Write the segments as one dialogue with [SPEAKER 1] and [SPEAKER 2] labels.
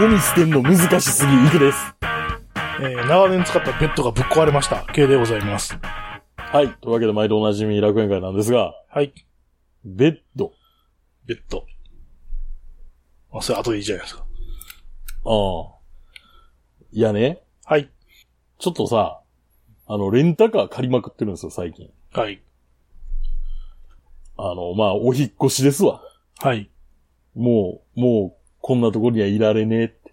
[SPEAKER 1] ゴミ捨てんの難しすぎ、行くです。
[SPEAKER 2] えー長年使ったベッドがぶっ壊れました。系でございます。
[SPEAKER 1] はい。というわけで、毎度おなじみ楽園会なんですが、
[SPEAKER 2] はい。
[SPEAKER 1] ベッド。
[SPEAKER 2] ベッド。まあ、それ後でいいじゃないですか。
[SPEAKER 1] ああ。いやね、
[SPEAKER 2] はい。
[SPEAKER 1] ちょっとさ、あの、レンタカー借りまくってるんですよ、最近。
[SPEAKER 2] はい。
[SPEAKER 1] あの、まあ、お引っ越しですわ。
[SPEAKER 2] はい。
[SPEAKER 1] もう、もう、こんなところにはいられねえって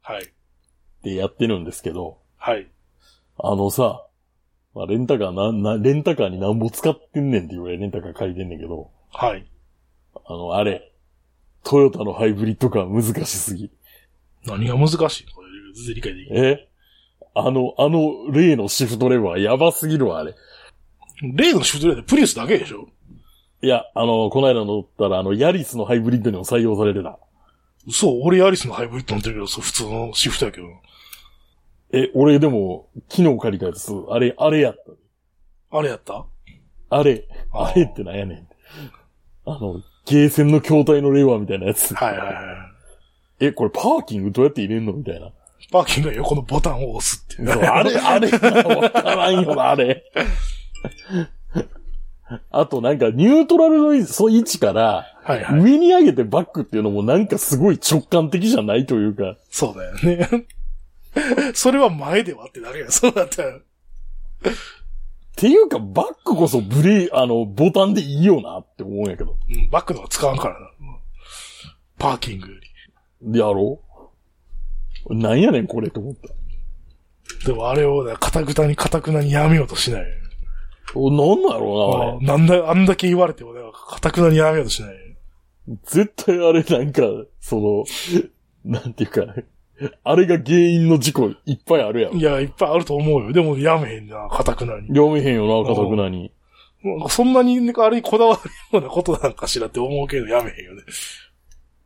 [SPEAKER 2] はい。
[SPEAKER 1] ってやってるんですけど、
[SPEAKER 2] はい。
[SPEAKER 1] あのさ、まあ、レンタカーな、な、レンタカーになんぼ使ってんねんっていうぐらいレンタカー借りてんねんけど、
[SPEAKER 2] はい。
[SPEAKER 1] あの、あれ、トヨタのハイブリッドカー難しすぎ。
[SPEAKER 2] 何が難しいのこれ、全然理解できない。
[SPEAKER 1] えあの、あの、例のシフトレバーやばすぎるわ、あれ。
[SPEAKER 2] 例のシフトレーでプリウスだけでしょ
[SPEAKER 1] いや、あの、この間乗ったら、あの、ヤリスのハイブリッドにも採用されてた。
[SPEAKER 2] 嘘、俺ヤリスのハイブリッド乗ってるけど、そう、普通のシフトやけど。
[SPEAKER 1] え、俺でも、昨日借りたやつ、あれ、あれやった。
[SPEAKER 2] あれやった
[SPEAKER 1] あれ、
[SPEAKER 2] あー
[SPEAKER 1] あれってなんやねん。あの、ゲーセンの筐体のレバーみたいなやつ。
[SPEAKER 2] はいはいは
[SPEAKER 1] え、これパーキングどうやって入れんのみたいな。
[SPEAKER 2] い。パーキングが横のボタンを押す っていう。
[SPEAKER 1] そうあれ、あれがわからんよな、あれ。あとなんか、ニュートラルの位置そう位置から、
[SPEAKER 2] はいはい。
[SPEAKER 1] 上に上げてバックっていうのもなんかすごい直感的じゃないというか、
[SPEAKER 2] そうだよね。 それは前ではってだけや。そうだったよ。
[SPEAKER 1] っていうか、バックこそブレー、あの、ボタンでいいよなって思うんやけど。
[SPEAKER 2] うん、バックのは使わんからな。うんパーキングより。
[SPEAKER 1] やろうなんやねん、これと思った。
[SPEAKER 2] でもあれをね、かたくたにかたくなにやめようとしない。
[SPEAKER 1] おなんだろうな、あれ。
[SPEAKER 2] なんだ、あんだけ言われてもね、かたくなにやめようとしない。
[SPEAKER 1] 絶対あれなんか、その、なんていうか、あれが原因の事故いっぱいあるやん
[SPEAKER 2] い。や、いっぱいあると思うよ。でもやめへんな、かたくなに。
[SPEAKER 1] 読めへんよな、かたくなに。
[SPEAKER 2] なんかそんなに、あれにこだわるようなことなんかしらって思うけど、やめへんよね。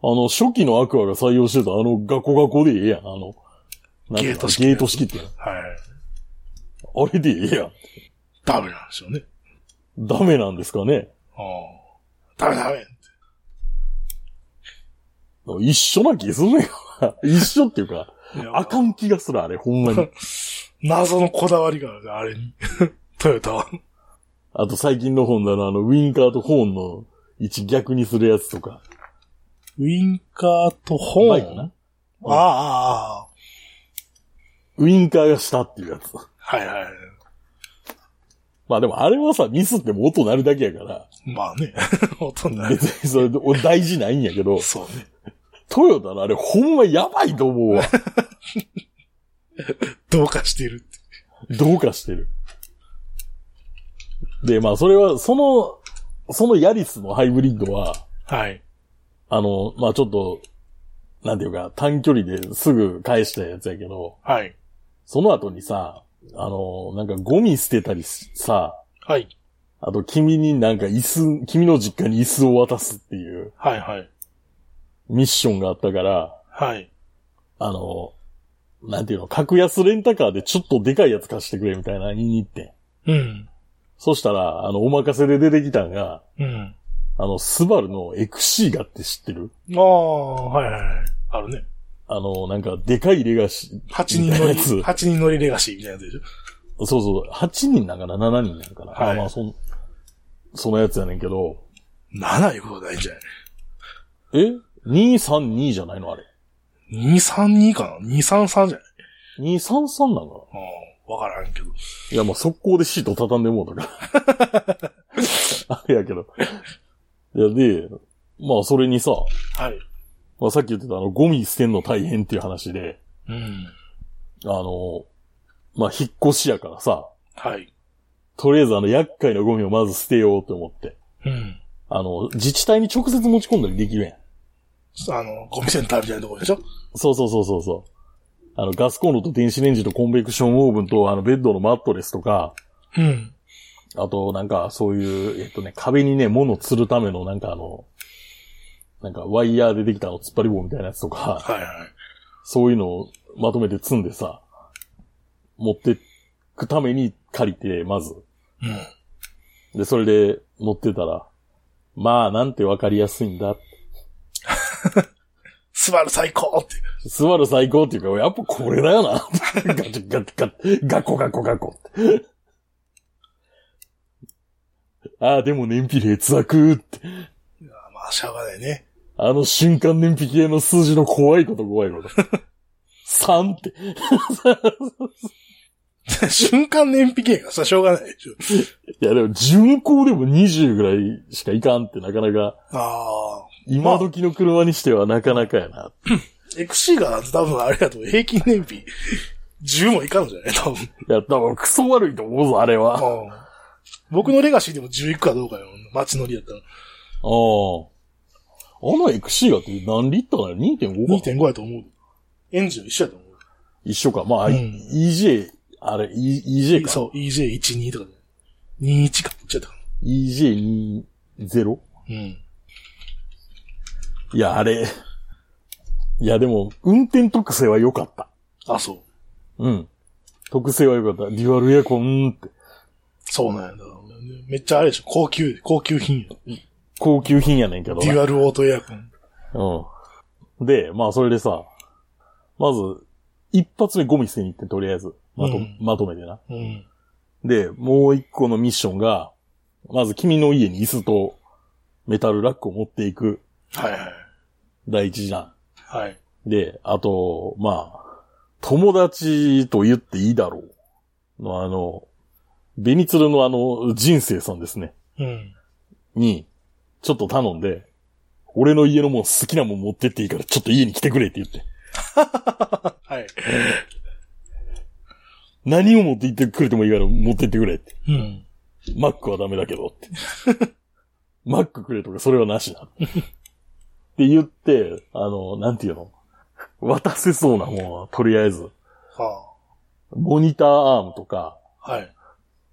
[SPEAKER 1] あの、初期のアクアが採用してたあのガコガコでええやん、あの。なんていう
[SPEAKER 2] ゲー
[SPEAKER 1] か
[SPEAKER 2] ト式
[SPEAKER 1] ゲート式ってやん
[SPEAKER 2] はい。
[SPEAKER 1] あれでええやん。
[SPEAKER 2] ダメなんですよね。
[SPEAKER 1] ダメなんですかね。
[SPEAKER 2] ああ。ダメダメ。
[SPEAKER 1] 一緒な気するね。一緒っていうか、
[SPEAKER 2] いや
[SPEAKER 1] あかん気がする、あれ、ほんまに。
[SPEAKER 2] 謎のこだわりがあるね、あれに。 トヨタは。
[SPEAKER 1] あと最近の本だな、あの、ウィンカーとホーンの位置逆にするやつとか。
[SPEAKER 2] ウィンカーとホ
[SPEAKER 1] バイ
[SPEAKER 2] ー
[SPEAKER 1] ク
[SPEAKER 2] ン。
[SPEAKER 1] な
[SPEAKER 2] ああ、ああ。
[SPEAKER 1] ウィンカーが下っていうやつ。
[SPEAKER 2] はいはい。
[SPEAKER 1] まあでもあれはさ、ミスっても音鳴るだけやから、
[SPEAKER 2] まあね。 音になる
[SPEAKER 1] 別。にそれで俺大事ないんやけ ど、
[SPEAKER 2] そうね。
[SPEAKER 1] トヨタのあれほんまやばいと思うわ。
[SPEAKER 2] どうかしてるって。
[SPEAKER 1] どうかしてる。で、まあそれは、その、そのヤリスのハイブリッドは、
[SPEAKER 2] はい。
[SPEAKER 1] あの、まあちょっと、なんていうか、短距離ですぐ返したやつやけど、
[SPEAKER 2] はい。
[SPEAKER 1] その後にさ、あの、なんかゴミ捨てたりしさ、
[SPEAKER 2] はい。
[SPEAKER 1] あと君になんか椅子、君の実家に椅子を渡すっていう
[SPEAKER 2] はいはい。
[SPEAKER 1] ミッションがあったから、
[SPEAKER 2] はい。
[SPEAKER 1] あの、なんていうの、格安レンタカーでちょっとでかいやつ貸してくれみたいな言いに行って。
[SPEAKER 2] うん。
[SPEAKER 1] そしたら、あの、お任せで出てきたんが、
[SPEAKER 2] うん。
[SPEAKER 1] あの、スバルのエクシーガって知ってる
[SPEAKER 2] ああ、はいはいはい。あるね。
[SPEAKER 1] あの、なんか、でかいレガシー。
[SPEAKER 2] 8人
[SPEAKER 1] み
[SPEAKER 2] 乗
[SPEAKER 1] たい
[SPEAKER 2] り、
[SPEAKER 1] なやつ
[SPEAKER 2] 8人乗りレガシーみたいなやつでしょ。
[SPEAKER 1] そうそう、8人なんかな、7人なんかな。
[SPEAKER 2] はい
[SPEAKER 1] まあ、そん、そのやつやねんけど、
[SPEAKER 2] 7いうことないんじゃない
[SPEAKER 1] え ?232 じゃないのあれ。
[SPEAKER 2] ?232 かな ?233 じゃない
[SPEAKER 1] 233なのか
[SPEAKER 2] うん。わからんけど。
[SPEAKER 1] ないや、もう速攻でシート畳んでもうたから。あれやけど。いや、で、まあ、それにさ、
[SPEAKER 2] はい。
[SPEAKER 1] まあ、さっき言ってたあの、ゴミ捨てんの大変っていう話で、
[SPEAKER 2] うん。
[SPEAKER 1] あの、まあ、引っ越しやからさ、
[SPEAKER 2] はい。
[SPEAKER 1] とりあえずあの、厄介なゴミをまず捨てようと思って、
[SPEAKER 2] うん。
[SPEAKER 1] あの、自治体に直接持ち込んだりできるやん。
[SPEAKER 2] あの、ゴミセンターみたいなところでしょ
[SPEAKER 1] そうそうそうそうそう。あの、ガスコンロと電子レンジとコンベクションオーブンと、あの、ベッドのマットレスとか、
[SPEAKER 2] うん。
[SPEAKER 1] あと、なんか、そういう、えっとね、壁にね、物を吊るための、なんかあの、なんか、ワイヤーでできたあの、突っ張り棒みたいなやつとか、
[SPEAKER 2] はいはい。
[SPEAKER 1] そういうのをまとめて積んでさ、持ってくために借りて、まず。
[SPEAKER 2] うん。
[SPEAKER 1] で、それで乗ってたら、まあ、なんてわかりやすいんだ。
[SPEAKER 2] スバル最高って。
[SPEAKER 1] 座る最高っていうか、やっぱこれだよな。 ガチガチガチ、ガコガコガコって。ああ、でも燃費劣悪って。
[SPEAKER 2] あまあ、しゃがないね。
[SPEAKER 1] あの瞬間燃費系の数字の怖いこと怖いこと。3って。
[SPEAKER 2] 瞬間燃費系がさ、しょうがないでしょ。
[SPEAKER 1] いやでも、巡航でも20ぐらいしかいかんってなかなか、
[SPEAKER 2] ああ。
[SPEAKER 1] 今時の車にしてはなかなかやな。
[SPEAKER 2] XC が多分あれやと思う平均燃費10もいかんじゃない多分。
[SPEAKER 1] いや、多分クソ悪いと思うぞ、あれは。
[SPEAKER 2] 僕のレガシーでも10いくかどうかよ。街乗りやったら。
[SPEAKER 1] ああ。あの XC だって何リットルなの ?2.5 か。
[SPEAKER 2] 2.5やと思う。エンジンは一緒やと思う。
[SPEAKER 1] 一緒か。まあ、
[SPEAKER 2] うん
[SPEAKER 1] EJ、あれ、E- EJ か。
[SPEAKER 2] そう、EJ12 とかで。21か。ちょっと。
[SPEAKER 1] EJ20?
[SPEAKER 2] うん。
[SPEAKER 1] いや、あれ。いや、でも、運転特性は良かった。
[SPEAKER 2] あ、そ
[SPEAKER 1] う
[SPEAKER 2] う。
[SPEAKER 1] ん。特性は良かった。デュアルエアコンって。
[SPEAKER 2] そうなんやな。めっちゃあれでしょ。高級、高級品や。
[SPEAKER 1] 高級品やねんけどな。
[SPEAKER 2] デュアルオートエアコン。
[SPEAKER 1] うん。で、まあ、それでさ、まず、一発目ゴミ捨てに行って、とりあえず。まと、
[SPEAKER 2] うん
[SPEAKER 1] まとめてな。
[SPEAKER 2] うん。
[SPEAKER 1] で、もう一個のミッションが、まず君の家に椅子とメタルラックを持っていく
[SPEAKER 2] はいはい。
[SPEAKER 1] 第一じゃ
[SPEAKER 2] はい。
[SPEAKER 1] ん。で、あと、まあ、友達と言っていいだろう。のあの、ベニツルのあの、人生さんですね。
[SPEAKER 2] うん。
[SPEAKER 1] に、ちょっと頼んで、俺の家のもん好きなもん持ってっていいからちょっと家に来てくれって言って。
[SPEAKER 2] はい。
[SPEAKER 1] 何を持って行ってくれてもいいから持ってってくれって。
[SPEAKER 2] うん。
[SPEAKER 1] マックはダメだけどって。マックくれとかそれはなしな。って言って、あの、なんていうの渡せそうなもんは、とりあえず。
[SPEAKER 2] は
[SPEAKER 1] モニターアームとか、
[SPEAKER 2] あ。はい。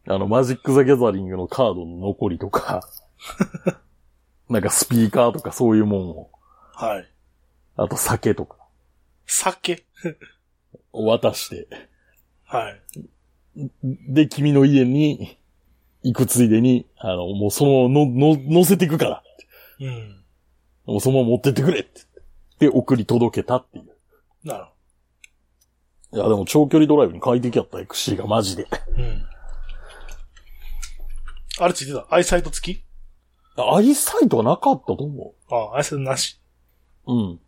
[SPEAKER 1] あの、マジック・ザ・ギャザリングのカードの残りとか、なんかスピーカーとかそういうもんを、
[SPEAKER 2] はい。
[SPEAKER 1] あと酒とか、
[SPEAKER 2] 酒。
[SPEAKER 1] 渡して、
[SPEAKER 2] はい。
[SPEAKER 1] で、君の家に行くついでに、あの、もうそのままの、の、乗せていくから。
[SPEAKER 2] うん。
[SPEAKER 1] もうそのまま持ってってくれって。で、送り届けたっていう。
[SPEAKER 2] なる
[SPEAKER 1] いや、でも長距離ドライブに快適やった XC がマジで。
[SPEAKER 2] ほど。うん。あれついてたアイサイト付き
[SPEAKER 1] アイサイトはなかったと思
[SPEAKER 2] ああ、アイサイトなし。
[SPEAKER 1] う。うん。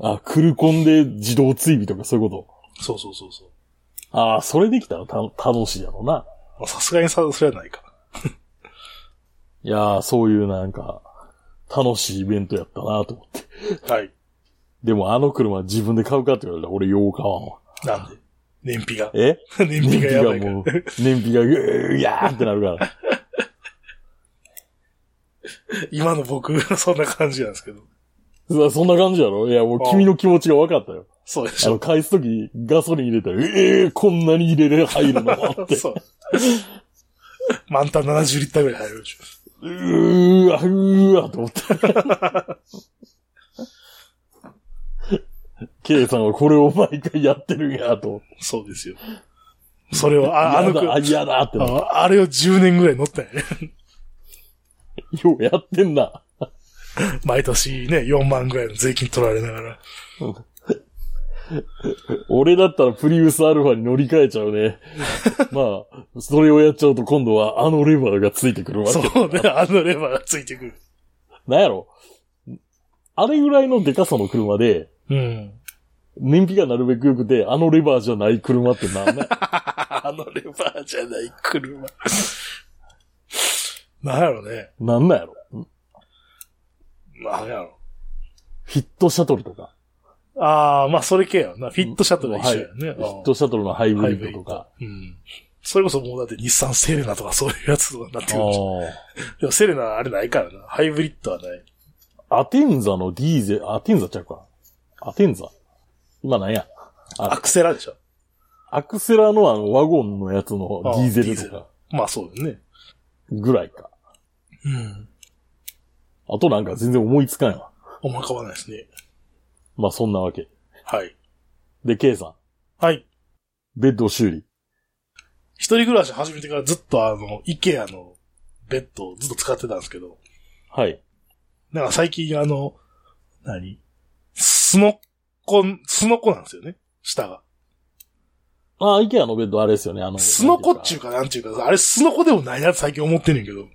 [SPEAKER 1] あ、クルコンで自動追尾とかそういうこ
[SPEAKER 2] そうそうそうそう。
[SPEAKER 1] と。ああ、それできたらた楽しいやろうな。
[SPEAKER 2] まあさすがにさ、それはないか。
[SPEAKER 1] いやー、そういうなんか、楽しいイベントやったなと思って。
[SPEAKER 2] はい。
[SPEAKER 1] でもあの車自分で買うかって言われたら俺よう買わんわ。
[SPEAKER 2] なんで燃費が。
[SPEAKER 1] え
[SPEAKER 2] 燃費がやばいから。
[SPEAKER 1] う、燃費がぐーやーってなるから。
[SPEAKER 2] 今の僕、そんな感じなんですけど。
[SPEAKER 1] そそんな感じやろいや、もう君の気持ちが分かったよ。
[SPEAKER 2] そうでし
[SPEAKER 1] あ
[SPEAKER 2] ょ。。
[SPEAKER 1] の、返すときガソリン入れたら、ええー、こんなに入れれ、入るのって
[SPEAKER 2] そう。満タン70リッターぐらい入るでしょ。
[SPEAKER 1] うーわ、うーわ、と思 った。K さんはこれを毎回やってるんや、と。
[SPEAKER 2] そうですよ。それを、ああ
[SPEAKER 1] や
[SPEAKER 2] の子
[SPEAKER 1] だ、あ嫌だってな。よ
[SPEAKER 2] ああれを10年ぐらい乗ったんやね。
[SPEAKER 1] うやってんな。
[SPEAKER 2] 毎年ね、4万ぐらいの税金取られながら。
[SPEAKER 1] 俺だったらプリウスアルファに乗り換えちゃう ね。まあ、それをやっちゃうと今度はあのレバーがついてくるわけ。
[SPEAKER 2] そうね、あのレバーがついてくる。
[SPEAKER 1] なんやろ。あれぐらいのデカさの車で、
[SPEAKER 2] うん。
[SPEAKER 1] 燃費がなるべく良くて、あのレバーじゃない車ってなん なん
[SPEAKER 2] あのレバーじゃない車。なんやろね。
[SPEAKER 1] なんなんやろ
[SPEAKER 2] なんやろ。
[SPEAKER 1] フィットシャトルとか、
[SPEAKER 2] ああ、まあそれ系やな。フィットシャトルは一緒やね。
[SPEAKER 1] フィッ
[SPEAKER 2] う
[SPEAKER 1] ト
[SPEAKER 2] ん
[SPEAKER 1] シャトルのハイブリッドとか。
[SPEAKER 2] うん。それこそもうだって日産セレナとかそういうやつとかになって
[SPEAKER 1] あ
[SPEAKER 2] くるでしょ
[SPEAKER 1] ー
[SPEAKER 2] でもセレナはあれないからな。ハイブリッドはない。
[SPEAKER 1] アテンザのディーゼ、アテンザちゃうか。アテンザ今なんや
[SPEAKER 2] アクセラでしょ。
[SPEAKER 1] アクセラのあのワゴンのやつの
[SPEAKER 2] あー
[SPEAKER 1] ディーゼ
[SPEAKER 2] ディ
[SPEAKER 1] ル
[SPEAKER 2] ーゼ
[SPEAKER 1] と
[SPEAKER 2] ル
[SPEAKER 1] か
[SPEAKER 2] まあそうだよね。
[SPEAKER 1] ぐらいか。
[SPEAKER 2] うん。
[SPEAKER 1] あとなんか全然思いつかんわ。
[SPEAKER 2] 思い浮かばないですね。
[SPEAKER 1] まあそんなわけ。
[SPEAKER 2] はい。
[SPEAKER 1] で、K さん、
[SPEAKER 2] はい。
[SPEAKER 1] ベッド修理。
[SPEAKER 2] 一人暮らし始めてからずっとあの、イケアのベッドをずっと使ってたんですけど、
[SPEAKER 1] はい。
[SPEAKER 2] なんか最近あの、何スすのっこ、すのっこなんですよね。下が。
[SPEAKER 1] ああ、イケアのベッドあれですよね、あの。
[SPEAKER 2] すのこっちゅ
[SPEAKER 1] う
[SPEAKER 2] うかなんちゅうか、あれすのこでもないなって最近思ってんねんけど。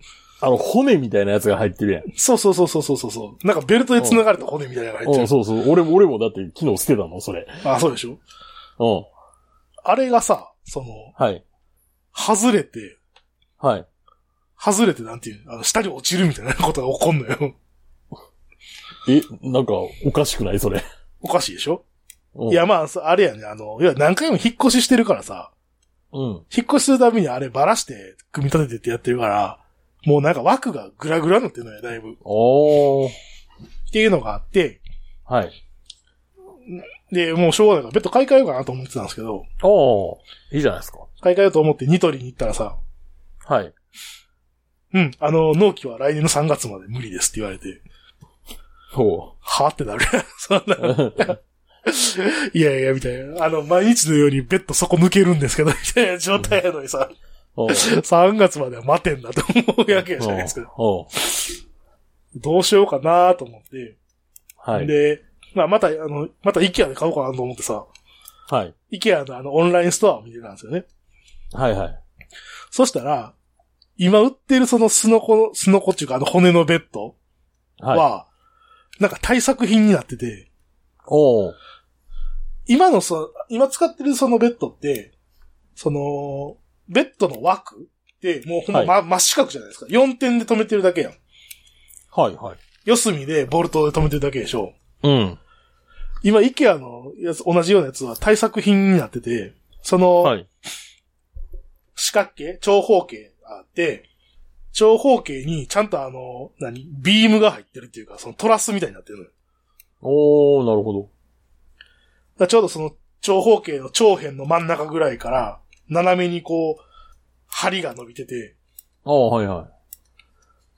[SPEAKER 1] あの、骨みたいなやつが入ってるやん。
[SPEAKER 2] そうそうそうそうそうそうそう。なんかベルトで繋がれた骨みたいなのが入って
[SPEAKER 1] うん、
[SPEAKER 2] る。
[SPEAKER 1] そうそう。俺も、俺もだって昨日捨てたの、それ。
[SPEAKER 2] あ、そうでしょ
[SPEAKER 1] うん。
[SPEAKER 2] あれがさ、その、
[SPEAKER 1] はい。
[SPEAKER 2] 外れて、
[SPEAKER 1] はい。
[SPEAKER 2] 外れてなんていう、あの、下に落ちるみたいなことが起こんのよ。
[SPEAKER 1] え、なんか、おかしくないそれ。
[SPEAKER 2] おかしいでしょ
[SPEAKER 1] うん
[SPEAKER 2] いや、、まあ、そうあれやね、あの、いや、何回も引っ越ししてるからさ、
[SPEAKER 1] うん。
[SPEAKER 2] 引っ越しするたびにあればらして、組み立ててってやってるから、もうなんか枠がグラグラになってるのよ、だいぶ。っ
[SPEAKER 1] おー。
[SPEAKER 2] ていうのがあって、
[SPEAKER 1] はい。
[SPEAKER 2] で、もうしょうがないから、ベッド買い替えようかなと思ってたんですけど、
[SPEAKER 1] おー。いいじゃないですか。
[SPEAKER 2] 買い替えようと思ってニトリに行ったらさ、
[SPEAKER 1] はい。
[SPEAKER 2] うん、あの、納期は来年の3月まで無理ですって言われて、
[SPEAKER 1] そ
[SPEAKER 2] はぁってなる。そんな、
[SPEAKER 1] う。
[SPEAKER 2] いやいや、みたいな。あの、毎日のようにベッド底抜けるんですけど、みたいな状態やのにさ、
[SPEAKER 1] おー
[SPEAKER 2] 3月までは待てんだと思うわけじゃないですか。
[SPEAKER 1] おー
[SPEAKER 2] どうしようかなと思って、
[SPEAKER 1] はい。
[SPEAKER 2] で、まあ、また、あの、また IKEA で買おうかなと思ってさ、
[SPEAKER 1] はい。
[SPEAKER 2] IKEA のあの、オンラインストアを見てたんですよね。
[SPEAKER 1] はいはい。
[SPEAKER 2] そしたら、今売ってるそのスノコの、スノコっていうかあの骨のベッドは、
[SPEAKER 1] はい。
[SPEAKER 2] なんか対策品になってて、
[SPEAKER 1] おー。
[SPEAKER 2] 今のそ、今使ってるそのベッドって、その、ベッドの枠って、もうほんま、
[SPEAKER 1] はい
[SPEAKER 2] ま真四角じゃないですか。4点で止めてるだけやん。
[SPEAKER 1] はいはい。
[SPEAKER 2] 四隅でボルトで止めてるだけでしょ。
[SPEAKER 1] うん。
[SPEAKER 2] 今、IKEA のやつ、同じようなやつは対策品になってて、その、
[SPEAKER 1] はい。
[SPEAKER 2] 四角形、長方形があって、長方形にちゃんとあの、何ビームが入ってるっていうか、そのトラスみたいになってるのよ。だか
[SPEAKER 1] おー、なるほど。
[SPEAKER 2] らちょうどその長方形の長辺の真ん中ぐらいから、斜めにこう、針が伸びてて、
[SPEAKER 1] ああ、はいは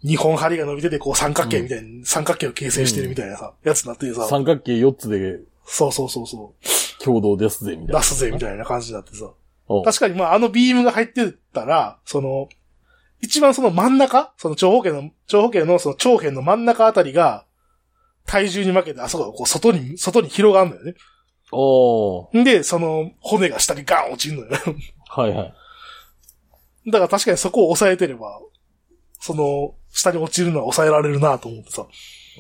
[SPEAKER 1] い。
[SPEAKER 2] 二本針が伸びてて、こう三角形みたいに、三角形を形成してるみたいなさ、やつになっててさ、
[SPEAKER 1] 三角形4つで
[SPEAKER 2] そうそうそうそう、
[SPEAKER 1] 共同ですぜ、みたい
[SPEAKER 2] 出
[SPEAKER 1] な。
[SPEAKER 2] すぜみたいな感じになってさ。
[SPEAKER 1] お
[SPEAKER 2] 確かにまああのビームが入ってたら、その、一番その真ん中、その長方形の、長方形のその長辺の真ん中あたりが、体重に負けて、あそこがこう外に、外に広がるのよね。
[SPEAKER 1] おー。
[SPEAKER 2] んで、その骨が下にガン落ちるのよ。 だか
[SPEAKER 1] はいはい。
[SPEAKER 2] ら確かにそこを押さえてれば、その、下に落ちるのは抑えられるなと思ってさ。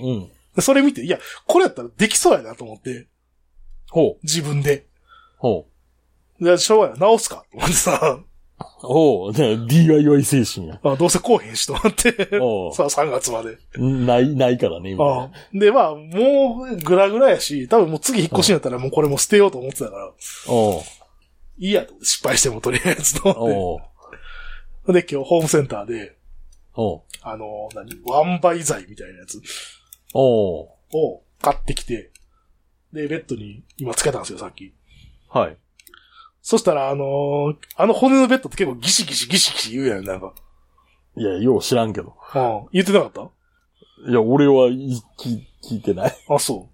[SPEAKER 1] うん。
[SPEAKER 2] でそれ見て、いや、これやったらできそうやなと思って、
[SPEAKER 1] ほう。
[SPEAKER 2] 自分で。
[SPEAKER 1] ほう。
[SPEAKER 2] で、しょうがない、直 すかと思ってさ、
[SPEAKER 1] ほう。ね DIY 精神や。
[SPEAKER 2] あどうせこうへんしと思って、
[SPEAKER 1] おう
[SPEAKER 2] さあ3月まで。
[SPEAKER 1] ない、ないからね、今。
[SPEAKER 2] あで、まあ、もう、ぐらぐらやし、多分もう次引っ越しになったらもうこれもう捨てようと思ってたから、
[SPEAKER 1] おう
[SPEAKER 2] いいやと、失敗してもとりあえずと思っ
[SPEAKER 1] おう
[SPEAKER 2] て。で、今日ホームセンターで、
[SPEAKER 1] おう
[SPEAKER 2] あの、何ワンバイ材みたいなやつ
[SPEAKER 1] おう
[SPEAKER 2] を買ってきて、で、ベッドに今つけたんですよ、さっき。
[SPEAKER 1] はい。
[SPEAKER 2] そしたら、あのあの骨のベッドって結構ギシギシギシギシ言うやん、なんか。
[SPEAKER 1] いや、よう知らんけど。
[SPEAKER 2] うん。言ってなかった
[SPEAKER 1] いや、俺はい聞聞いてない。
[SPEAKER 2] あ、そう。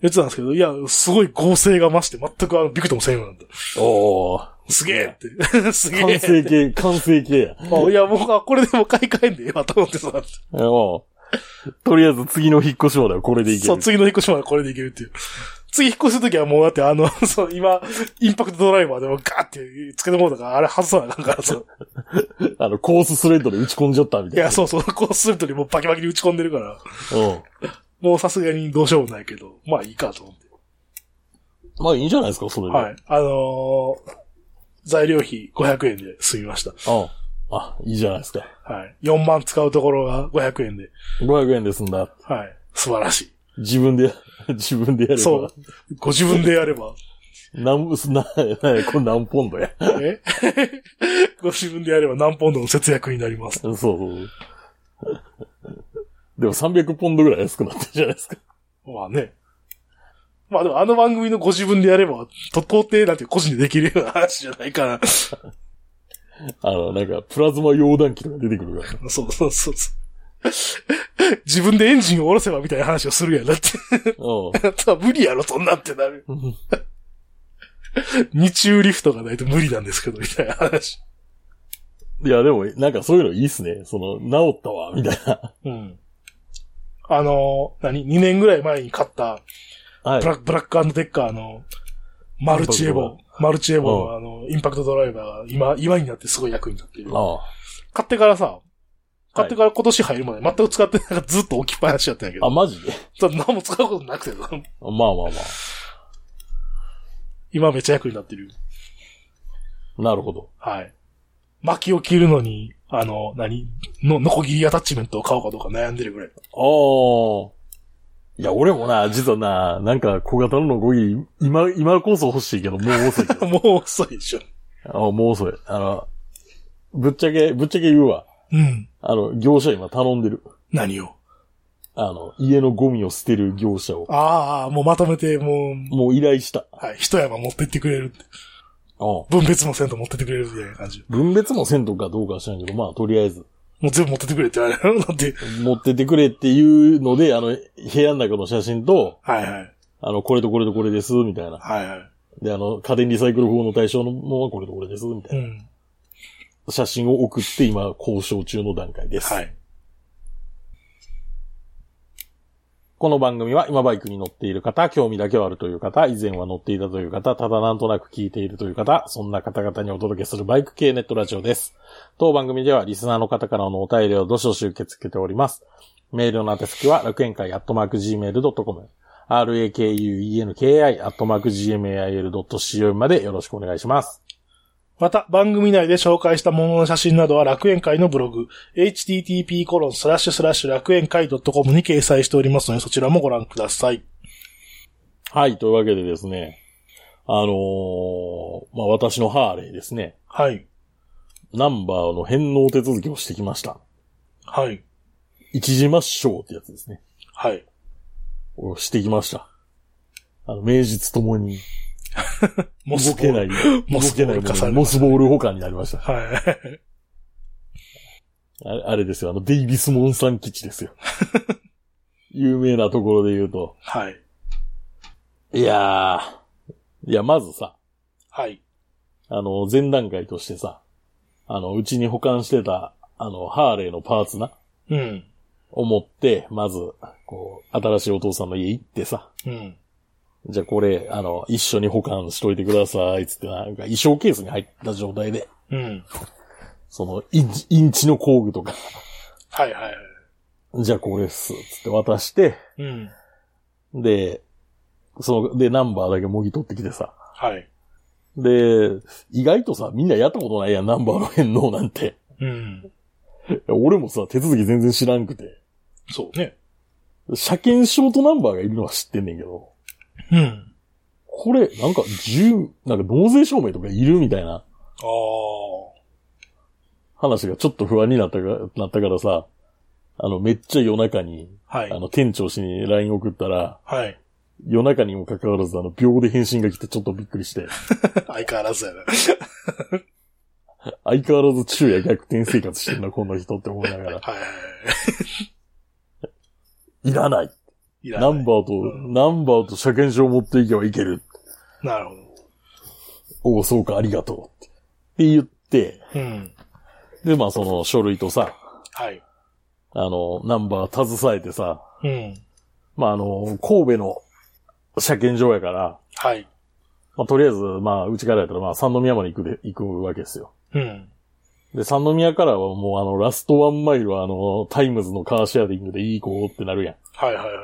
[SPEAKER 2] 言ってたんですけど、いや、すごい合成が増して、全くあの、ビクともせんようになっ
[SPEAKER 1] おお
[SPEAKER 2] た。すげえって。 すげえ。
[SPEAKER 1] 完成形、完成形や。
[SPEAKER 2] あいや、僕はこれでも買い替えんでええわと思ってさ。
[SPEAKER 1] おうとりあえず次の引っ越しまではこれでいける。
[SPEAKER 2] そう、次の引っ越しまでこれでいけるっていう。次引っ越しするときはもうだってあの、 そう、今、インパクトドライバーでもガーってつけてもうたから、あれ外さなあかんか らさ。
[SPEAKER 1] あの、コーススレッドで打ち込んじゃったみ
[SPEAKER 2] い
[SPEAKER 1] たいな。
[SPEAKER 2] や、そうそう、こうするとにもうバキバキに打ち込んでるから、
[SPEAKER 1] うん。
[SPEAKER 2] もうさすがにどうしようもないけど、まあいいかと思って。
[SPEAKER 1] まあいいんじゃないですか、それで。
[SPEAKER 2] はい。あのー材料費500円で済みました。
[SPEAKER 1] ああ、いいじゃないですか。
[SPEAKER 2] はい。4万使うところが500円で。
[SPEAKER 1] 500円で済んだ。
[SPEAKER 2] はい。素晴らし
[SPEAKER 1] 自分で、 自分でやれ
[SPEAKER 2] い。
[SPEAKER 1] ば。
[SPEAKER 2] そう。ご自分でやれば。
[SPEAKER 1] なん、すな、なこれ何ポンドや。
[SPEAKER 2] え ご自分でやれば何ポンドの節約になります。
[SPEAKER 1] そうそうそう。でも300ポンドぐらい安くなってるじゃないですか。
[SPEAKER 2] まあね。まあでもあの番組のご自分でやれば、と、到底なんて個人でできるような話じゃないから。
[SPEAKER 1] あの、なんか、プラズマ溶断機とか出てくるからね。
[SPEAKER 2] そうそうそうそう。自分でエンジンを下ろせばみたいな話をするやん。だって、
[SPEAKER 1] う
[SPEAKER 2] あとは無理やろ、そんなんってなる。
[SPEAKER 1] ん。
[SPEAKER 2] 二中リフトがないと無理なんですけど、みたいな話。
[SPEAKER 1] いや、でも、なんかそういうのいいっすね。その、治ったわ、みたいな。
[SPEAKER 2] うん。あの、何 ?2 年ぐらい前に買った、
[SPEAKER 1] はい
[SPEAKER 2] ブ。ラック、ブラックデッカーの、マルチエボ
[SPEAKER 1] インパク
[SPEAKER 2] ー、マルチエボーのあの、インパクトドライバーが今、今になってすごい役に立っている。
[SPEAKER 1] ああ。
[SPEAKER 2] 買ってからさ、買ってから今年入るまで全く使ってなんかずっと置きっぱなしだったんやけ
[SPEAKER 1] あ、
[SPEAKER 2] ど。
[SPEAKER 1] マジで
[SPEAKER 2] そう何も使うことなくて、
[SPEAKER 1] まあまあま
[SPEAKER 2] 今めっちゃ役になってる。
[SPEAKER 1] あ。なるほど。
[SPEAKER 2] はい。薪を切るのに、あの、何の、ノコギリアタッチメントを買おうかどうか悩んでるぐらい。
[SPEAKER 1] ああ。いや、俺もな、実はな、なんか小型ののゴギリ、今、今こそ欲しいけど、もう遅いけど。
[SPEAKER 2] もう遅いでしょ。
[SPEAKER 1] あもう遅い。あの、ぶっちゃけ、ぶっちゃけ言うわ。
[SPEAKER 2] うん。
[SPEAKER 1] あの、業者今頼んでる。
[SPEAKER 2] 何を。
[SPEAKER 1] あの、家のゴミを捨てる業者を。
[SPEAKER 2] ああ、もうまとめて、もう、
[SPEAKER 1] もう依頼した。
[SPEAKER 2] はい、一山持ってってくれるって。
[SPEAKER 1] うん。
[SPEAKER 2] 分別もせんと持ってってくれるみたいな感じ。
[SPEAKER 1] 分別もせんとかどうかは知らんけど、まあ、とりあえず、
[SPEAKER 2] もう全部持ってってくれって言われる。なんて、
[SPEAKER 1] 持ってってくれっていうので、あの、部屋の中の写真と、
[SPEAKER 2] はいはい。
[SPEAKER 1] あの、これとこれとこれです、みたいな。
[SPEAKER 2] はいはい。
[SPEAKER 1] で、あの、家電リサイクル法の対象のものはこれとこれです、みたいうな。
[SPEAKER 2] ん。
[SPEAKER 1] 写真を送って今、交渉中の段階です。
[SPEAKER 2] はい。
[SPEAKER 1] この番組は今バイクに乗っている方、興味だけはあるという方、以前は乗っていたという方、ただなんとなく聞いているという方、そんな方々にお届けするバイク系ネットラジオです。当番組ではリスナーの方からのお便りをどしどし受け付けております。メールの宛先は楽園会アットマーク Gmail.com、rakuenki アットマーク Gmail.co までよろしくお願いします。
[SPEAKER 2] また、番組内で紹介したものの写真などは楽園会のブログ、http コロンスラッシュスラッシュ楽園会 .com に掲載しておりますので、そちらもご覧ください。
[SPEAKER 1] はい、というわけでですね、あのーまあ、私のハーレーですね、
[SPEAKER 2] はい。
[SPEAKER 1] ナンバーの返納手続きをしてきました。
[SPEAKER 2] はい。
[SPEAKER 1] 一時抹消ってやつですね。
[SPEAKER 2] はい。
[SPEAKER 1] をしてきました。あの、名実ともに、
[SPEAKER 2] モ。
[SPEAKER 1] 動けないい、
[SPEAKER 2] モ
[SPEAKER 1] 動
[SPEAKER 2] スボ
[SPEAKER 1] け
[SPEAKER 2] ー
[SPEAKER 1] ない
[SPEAKER 2] ル化されましたね
[SPEAKER 1] モスボール保管になりました。
[SPEAKER 2] はい。
[SPEAKER 1] あれあれですよ、あの、デイビスモンさん基地ですよ。 有名なところで言うと。
[SPEAKER 2] はい。
[SPEAKER 1] いやー。いや、まずさ、
[SPEAKER 2] はい。
[SPEAKER 1] あの、前段階としてさ、あの、うちに保管してた、あの、ハーレーのパーツな、
[SPEAKER 2] うん。
[SPEAKER 1] を持って、まず、こう、新しいお父さんの家行ってさ、
[SPEAKER 2] うん。
[SPEAKER 1] じゃあこれ、あの、一緒に保管しといてください、つってなんか衣装ケースに入った状態で、
[SPEAKER 2] うん。
[SPEAKER 1] その、インチ、インチの工具とか、
[SPEAKER 2] はいはいはい。
[SPEAKER 1] じゃあこれっす、つって渡して、
[SPEAKER 2] うん。
[SPEAKER 1] で、その、で、ナンバーだけもぎ取ってきてさ。
[SPEAKER 2] はい。
[SPEAKER 1] で、意外とさ、みんなやったことないやん、ナンバーの返納なんて。
[SPEAKER 2] うん。
[SPEAKER 1] 俺もさ、手続き全然知らんくて。
[SPEAKER 2] そうね。
[SPEAKER 1] 車検証とナンバーがいるのは知ってんねんけど、
[SPEAKER 2] うん。
[SPEAKER 1] これ、なんか、住、なんか納税証明とかいるみたいな
[SPEAKER 2] ああ。
[SPEAKER 1] 話がちょっと不安になったか、なったからさ、あの、めっちゃ夜中に、
[SPEAKER 2] は
[SPEAKER 1] あ
[SPEAKER 2] い。
[SPEAKER 1] の、店長氏に LINE 送ったら、
[SPEAKER 2] はい。
[SPEAKER 1] 夜中にもかかわらず、あの、秒で返信が来てちょっとびっくりして。
[SPEAKER 2] 相変わらずやな。
[SPEAKER 1] 相変わらず昼夜逆転生活してるな、こんな人って思いながら。
[SPEAKER 2] はいはいはい
[SPEAKER 1] ら ない。
[SPEAKER 2] い。いらな
[SPEAKER 1] ナ
[SPEAKER 2] い
[SPEAKER 1] ンバーと、ナンバーと車検証持っていけばいける。
[SPEAKER 2] なるほど。
[SPEAKER 1] おお、そうか、ありがとう。って言って、
[SPEAKER 2] うん。
[SPEAKER 1] で、まあその書類とさ、
[SPEAKER 2] はい。
[SPEAKER 1] あの、ナンバー携えてさ、
[SPEAKER 2] うん。
[SPEAKER 1] まああの、神戸の車検場やから、
[SPEAKER 2] はい。
[SPEAKER 1] まあとりあえず、まあうちからやったら、まあ三宮まで行くで、行くわけですよ。
[SPEAKER 2] うん。
[SPEAKER 1] で、三宮からはもうあの、ラストワンマイルはあの、タイムズのカーシェアリングでいい子ってなるやん。
[SPEAKER 2] はいはいはいは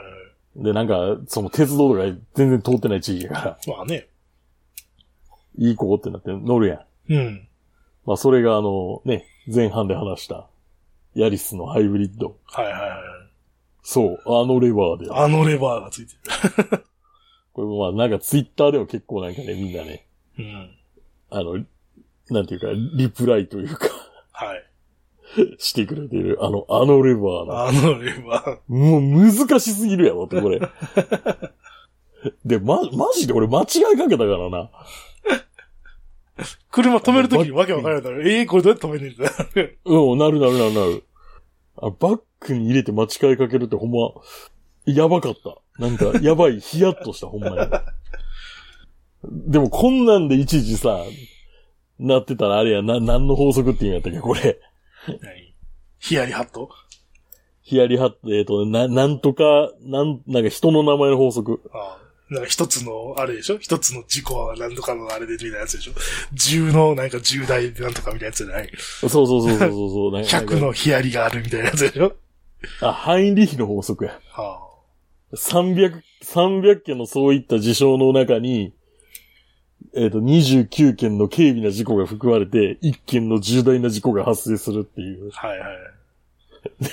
[SPEAKER 1] で、なんか、その鉄道とか全然通ってない地域やから、
[SPEAKER 2] い。まあね。
[SPEAKER 1] いい子ってなって乗るやん。
[SPEAKER 2] うん。
[SPEAKER 1] まあ、それがあの、ね、前半で話した、ヤリスのハイブリッド。
[SPEAKER 2] はいはいはい。
[SPEAKER 1] そう、あのレバーで。
[SPEAKER 2] あのレバーがついて
[SPEAKER 1] これもまあ、なんかツイッターでも結構なんかね、みんなね、
[SPEAKER 2] る。うん。
[SPEAKER 1] あの、なんていうか、リプライというか、
[SPEAKER 2] はい。
[SPEAKER 1] してくれてる、あの、あのレバーな。
[SPEAKER 2] あのレバ
[SPEAKER 1] もう難しすぎるやろって、これ。で、ま、マジで俺間違いかけたからな。
[SPEAKER 2] ー。車止めるときにわけわからないから、ええー、これどうやって止めんねんって。
[SPEAKER 1] うん、なるなるなるなる。あ、バックに入れて間違いかけるってほんま、やばかった。なんか、やばい、 ヒヤッとした、ほんまに。でも、こんなんでいちいちさ、なってたらあれや、な、何の法則って言うんやったっけ、これ。
[SPEAKER 2] 何ヒヤリハット
[SPEAKER 1] ヒヤリハット、えっ、と、な、なんとか、なん、なんか人の名前の法則。
[SPEAKER 2] ああ。なんか一つの、あれでしょ一つの事故は何とかのあれでみたいなやつでしょ銃のなんか重大でなんとかみたいなやつじゃない
[SPEAKER 1] そうそうそうそうそうそう。 なんか
[SPEAKER 2] 100のヒヤリがあるみたいなやつでしょ
[SPEAKER 1] あ、ハインリヒの法則や。
[SPEAKER 2] は
[SPEAKER 1] 300、300件のそういった事象の中に、えっ、と、29件の軽微な事故が含まれて、1件の重大な事故が発生するっていう。
[SPEAKER 2] あ、はいはい。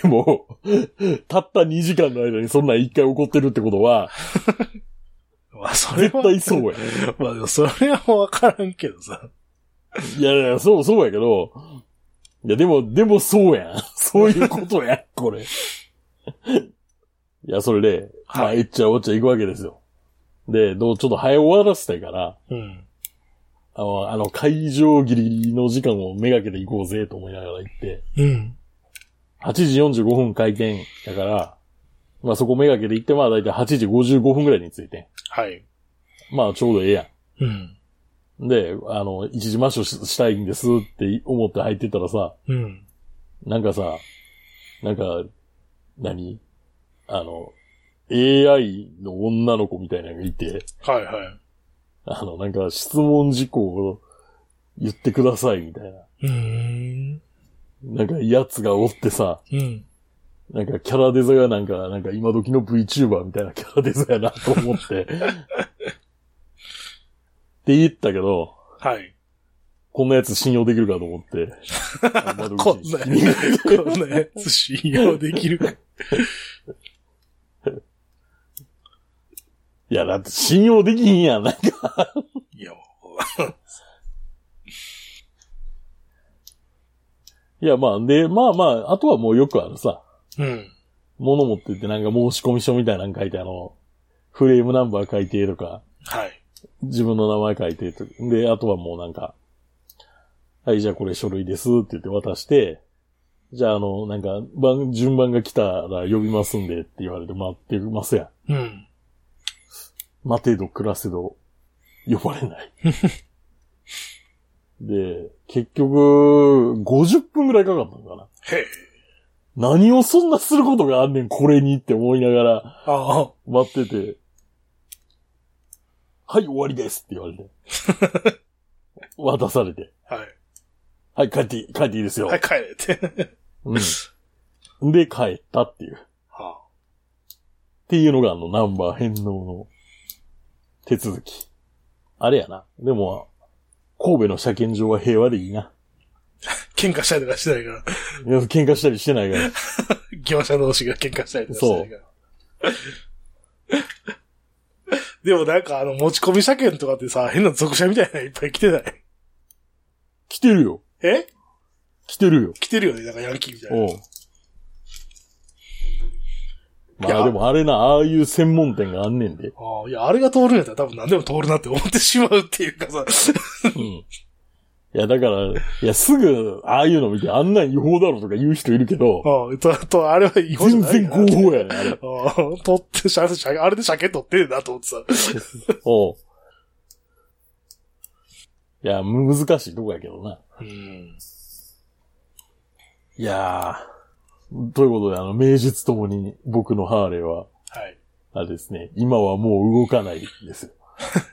[SPEAKER 1] でも、たった2時間の間にそんなん1回起こってるってことは、
[SPEAKER 2] まあそれ
[SPEAKER 1] 絶
[SPEAKER 2] は、
[SPEAKER 1] 対そうや。
[SPEAKER 2] まあでもそれはわからんけどさ。
[SPEAKER 1] いやいや、そう、そうやけど、いや、でも、でもそうやん。 そういうことやん、これ。いや、それで、まあ、
[SPEAKER 2] はい
[SPEAKER 1] えっちゃおっちゃ行くわけですよ。で、どう、ちょっと早終わらせたいから、
[SPEAKER 2] うん。
[SPEAKER 1] あの、あの会場ギリギリの時間をめがけて行こうぜ、と思いながら行って、
[SPEAKER 2] うん。
[SPEAKER 1] 8時45分開店だから、まあそこめがけて行って、まあだいたい8時55分ぐらいに着いて
[SPEAKER 2] はい。
[SPEAKER 1] ん。まあちょうどええやん。
[SPEAKER 2] うん。
[SPEAKER 1] で、あの、一時マッシュししたいんですって思って入ってたらさ、
[SPEAKER 2] うん。
[SPEAKER 1] なんかさ、なんか、何あの、AI の女の子みたいなのがいて、
[SPEAKER 2] はいは
[SPEAKER 1] あの、なんか質問事項を言ってくださいみたいな。
[SPEAKER 2] い。うーん。
[SPEAKER 1] なんか奴がおってさ、
[SPEAKER 2] うん。
[SPEAKER 1] なんかキャラデザがなんか、なんか今時の VTuber みたいなキャラデザやなと思 って。って言ったけど、
[SPEAKER 2] はい。
[SPEAKER 1] こんなやつ信用できるかと思 って。あ窓口
[SPEAKER 2] こん
[SPEAKER 1] に
[SPEAKER 2] な、こんなやつ信用できるか。
[SPEAKER 1] いや、だって信用できひんやん。なんか
[SPEAKER 2] いや、も
[SPEAKER 1] いや、まあ、で、まあまあ、あとはもうよくあるさ、
[SPEAKER 2] ううん。
[SPEAKER 1] 物持ってってなんか申し込み書みたいなの書いてあの、フレームナンバー書いてとか、
[SPEAKER 2] はい。
[SPEAKER 1] 自分の名前書いてとで、あとはもうなんか、はい、じゃあこれ書類ですって言って渡して、じゃああの、なんか、番、順番が来たら呼びますんでって言われて待ってますやん。
[SPEAKER 2] うん。
[SPEAKER 1] 待てど暮らせど、呼ばれ ない。で、結局、50分くらいかかったのかな。
[SPEAKER 2] へえ。
[SPEAKER 1] 何をそんなすることがあんねん、これにって思いながら
[SPEAKER 2] ああ。
[SPEAKER 1] 待ってて、はい、終わりですって言われて。 渡されて。
[SPEAKER 2] はい。
[SPEAKER 1] はい、帰っていい、帰っていいですよ。
[SPEAKER 2] はい、帰れって。
[SPEAKER 1] うん。で、帰ったっていう。っ
[SPEAKER 2] はあ。
[SPEAKER 1] ていうのがあの、ナンバー返納の手続き。あれやな。でも、神戸の車検場は平和でいいな。
[SPEAKER 2] 喧嘩したりとかしてないから。
[SPEAKER 1] いや喧嘩したりしてないから。
[SPEAKER 2] 業者同士が喧嘩したりとかしてないから。 でもなんかあの持ち込み車検とかってさ、変な属車みたいなのいっぱい来てない。
[SPEAKER 1] 来てるよ。
[SPEAKER 2] え
[SPEAKER 1] 来てるよ。
[SPEAKER 2] 来てるよね、なんかヤンキーみたいな。
[SPEAKER 1] おう。
[SPEAKER 2] い
[SPEAKER 1] ま
[SPEAKER 2] や
[SPEAKER 1] あでもあれな、ああいう専門店があんねんで。
[SPEAKER 2] ああ、いや、あれが通るんやったら多分何でも通るなって思ってしまうっていうかさ。
[SPEAKER 1] うん。いや、だから、いや、すぐ、ああいうの見て、あんなん違法だろとか言う人いるけど、
[SPEAKER 2] ああ、と、と、あれは違法じゃ
[SPEAKER 1] 全
[SPEAKER 2] ない
[SPEAKER 1] 然
[SPEAKER 2] かな
[SPEAKER 1] 合法やねん、 あれ。
[SPEAKER 2] ああ、取って、車、車、あれで車検取ってるなと思ってさ。
[SPEAKER 1] おう。いや、む難しいとこやけどな。
[SPEAKER 2] うん。
[SPEAKER 1] いやー。ということで、あの、名実ともに僕のハーレーは、
[SPEAKER 2] はい。
[SPEAKER 1] あれですね、今はもう動かないですよ。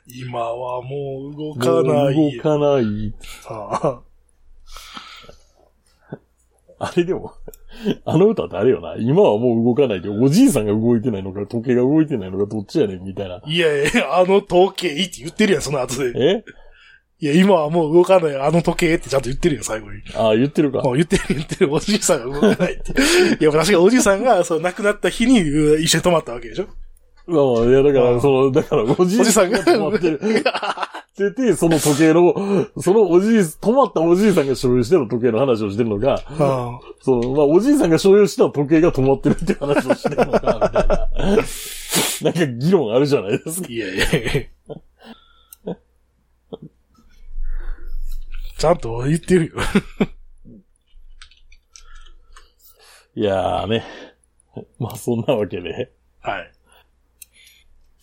[SPEAKER 2] 今はもう動かな
[SPEAKER 1] もう
[SPEAKER 2] い。
[SPEAKER 1] 動かない。
[SPEAKER 2] あ
[SPEAKER 1] あれでも、 あの歌ってあれよな。今はもう動かないで、おじいさんが動いてないのか、時計が動いてないのか、どっちやねん、みたいな
[SPEAKER 2] あ。いやいや、あの時計いいって言ってるやん、その後で。
[SPEAKER 1] え
[SPEAKER 2] いや、今はもう動かない、あの時計ってちゃんと言ってるよ、最後に。
[SPEAKER 1] ああ、言ってるか。
[SPEAKER 2] もう言ってる言ってる、おじいさんが動かないって。いや、確かにおじいさんが、そう、亡くなった日にう一緒に泊まったわけでしょ
[SPEAKER 1] まあまあ、いや、だか
[SPEAKER 2] うん
[SPEAKER 1] ら、その、だから、おじいさんが止まってる。ってて、その時計の、そのおじい、止まったおじいさんが所有してる時計の話をしてるのか、
[SPEAKER 2] あ
[SPEAKER 1] その、まあ、おじいさんが所有した時計が止まってるっていう話をしてるのか、みたいな。なんか議論あるじゃないですか。
[SPEAKER 2] いやいやいや。 ちゃんと言ってるよ。
[SPEAKER 1] いやーね。まあ、そんなわけで。
[SPEAKER 2] はい。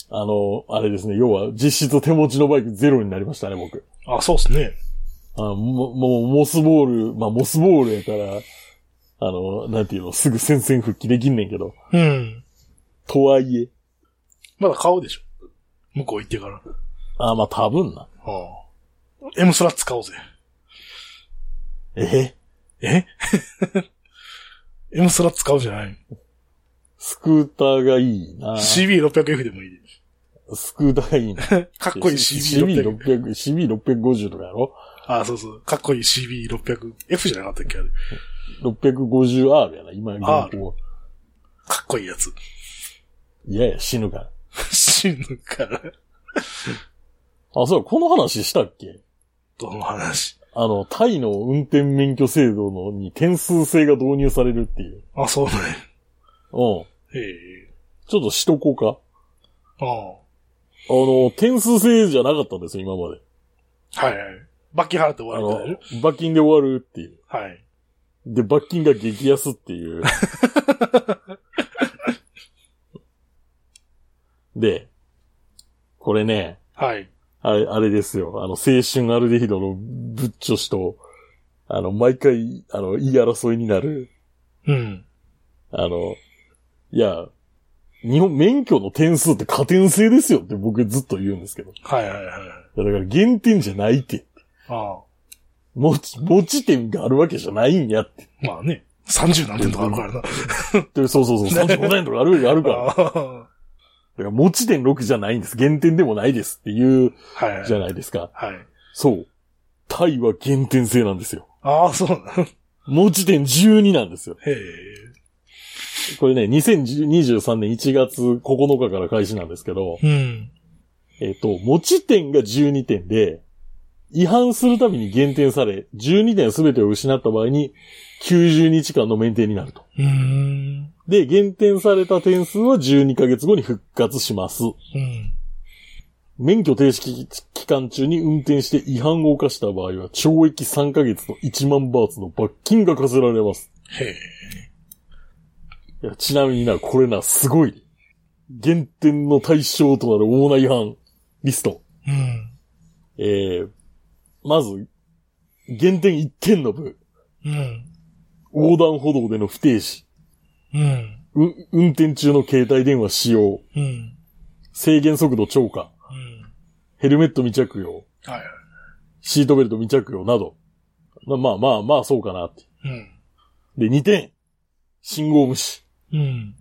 [SPEAKER 1] あの、あれですね、要は実質手持ちのバイクゼロになりましたね、僕。
[SPEAKER 2] あ、そうっすね。
[SPEAKER 1] あももう、モスボール、まあ、モスボールやから、あの、なんていうの、すぐ戦線復帰できんねんけど、
[SPEAKER 2] うん。
[SPEAKER 1] とはいえ、
[SPEAKER 2] まだ買うでしょ。向こう行ってから。
[SPEAKER 1] あーまあ多分な。
[SPEAKER 2] うん。M スラ使おうぜ。
[SPEAKER 1] え
[SPEAKER 2] え ?M スラ使うんじゃない
[SPEAKER 1] スクーターがいいな。ス
[SPEAKER 2] ?CB600F でもいいで。
[SPEAKER 1] クーターがいい な。かっ
[SPEAKER 2] かっこいい CB600。
[SPEAKER 1] CB600。CB650 とかやろ
[SPEAKER 2] あそうそう。かっこいい CB600。F じゃなかったっけあれ。
[SPEAKER 1] ?650R やな、今、現行。
[SPEAKER 2] かっこいいやつ。
[SPEAKER 1] いやいや、死ぬから。
[SPEAKER 2] 死ぬから。
[SPEAKER 1] あ、そう、この話したっけ
[SPEAKER 2] どの話。
[SPEAKER 1] あの、タイの運転免許制度のに点数制が導入されるっていう。
[SPEAKER 2] あ、そうね。
[SPEAKER 1] うん。
[SPEAKER 2] ええ
[SPEAKER 1] ちょっとしとこうか。
[SPEAKER 2] あ
[SPEAKER 1] あの、点数制じゃなかったんですよ、今まで。
[SPEAKER 2] あ。はいはい。罰金払って終
[SPEAKER 1] あ
[SPEAKER 2] わるみたいな
[SPEAKER 1] の、罰金で終わるっていう。
[SPEAKER 2] はい。
[SPEAKER 1] で、罰金が激安っていう。で、これね、
[SPEAKER 2] はい。
[SPEAKER 1] あれ、あれですよ。あの、青春アルデヒドのぶっちょしと、あの、毎回、あの、言い争いになる、
[SPEAKER 2] うん。
[SPEAKER 1] あの、いや、日本、免許の点数って加点制ですよって僕ずっと言うんですけど。い
[SPEAKER 2] はいはいはい。
[SPEAKER 1] やだから減点じゃないって。
[SPEAKER 2] ああ。
[SPEAKER 1] 持ち、持ち点があるわけじゃないんやって。
[SPEAKER 2] まあね。30何点とかあるからな。
[SPEAKER 1] でそうそうそう、35点とかある、あるから。だ
[SPEAKER 2] あ
[SPEAKER 1] から持ち点6じゃないんです。減点でもないですっていう、
[SPEAKER 2] あはいはい。
[SPEAKER 1] じゃないですか。
[SPEAKER 2] はい。
[SPEAKER 1] そう。タイは減点制なんですよ。
[SPEAKER 2] ああ、そうなの。
[SPEAKER 1] 持ち点12なんですよ。
[SPEAKER 2] へえ。
[SPEAKER 1] これね、2023年1月9日から開始なんですけど、
[SPEAKER 2] うん。
[SPEAKER 1] えっと、持ち点が12点で、違反するたびに減点され、12点全てを失った場合に、90日間の免停になると。
[SPEAKER 2] うーん。
[SPEAKER 1] で、減点された点数は12ヶ月後に復活します。
[SPEAKER 2] うん。
[SPEAKER 1] 免許停止期期間中に運転して違反を犯した場合は、懲役3ヶ月と1万バーツの罰金が課せられます。
[SPEAKER 2] へえ。
[SPEAKER 1] いやちなみにな、これな、すごい。減点の対象となるオーナー違反リスト。
[SPEAKER 2] うん。
[SPEAKER 1] えー、まず、減点1点の部、
[SPEAKER 2] うん。
[SPEAKER 1] 横断歩道での不停止、
[SPEAKER 2] うん。
[SPEAKER 1] う運転中の携帯電話使用、
[SPEAKER 2] うん。
[SPEAKER 1] 制限速度超過、
[SPEAKER 2] うん。
[SPEAKER 1] ヘルメット未着用、
[SPEAKER 2] はいは
[SPEAKER 1] シートベルト未着用など。まあまあまあ、まあそうかなって。
[SPEAKER 2] い。うん。
[SPEAKER 1] で、2点、信号無視、
[SPEAKER 2] うん。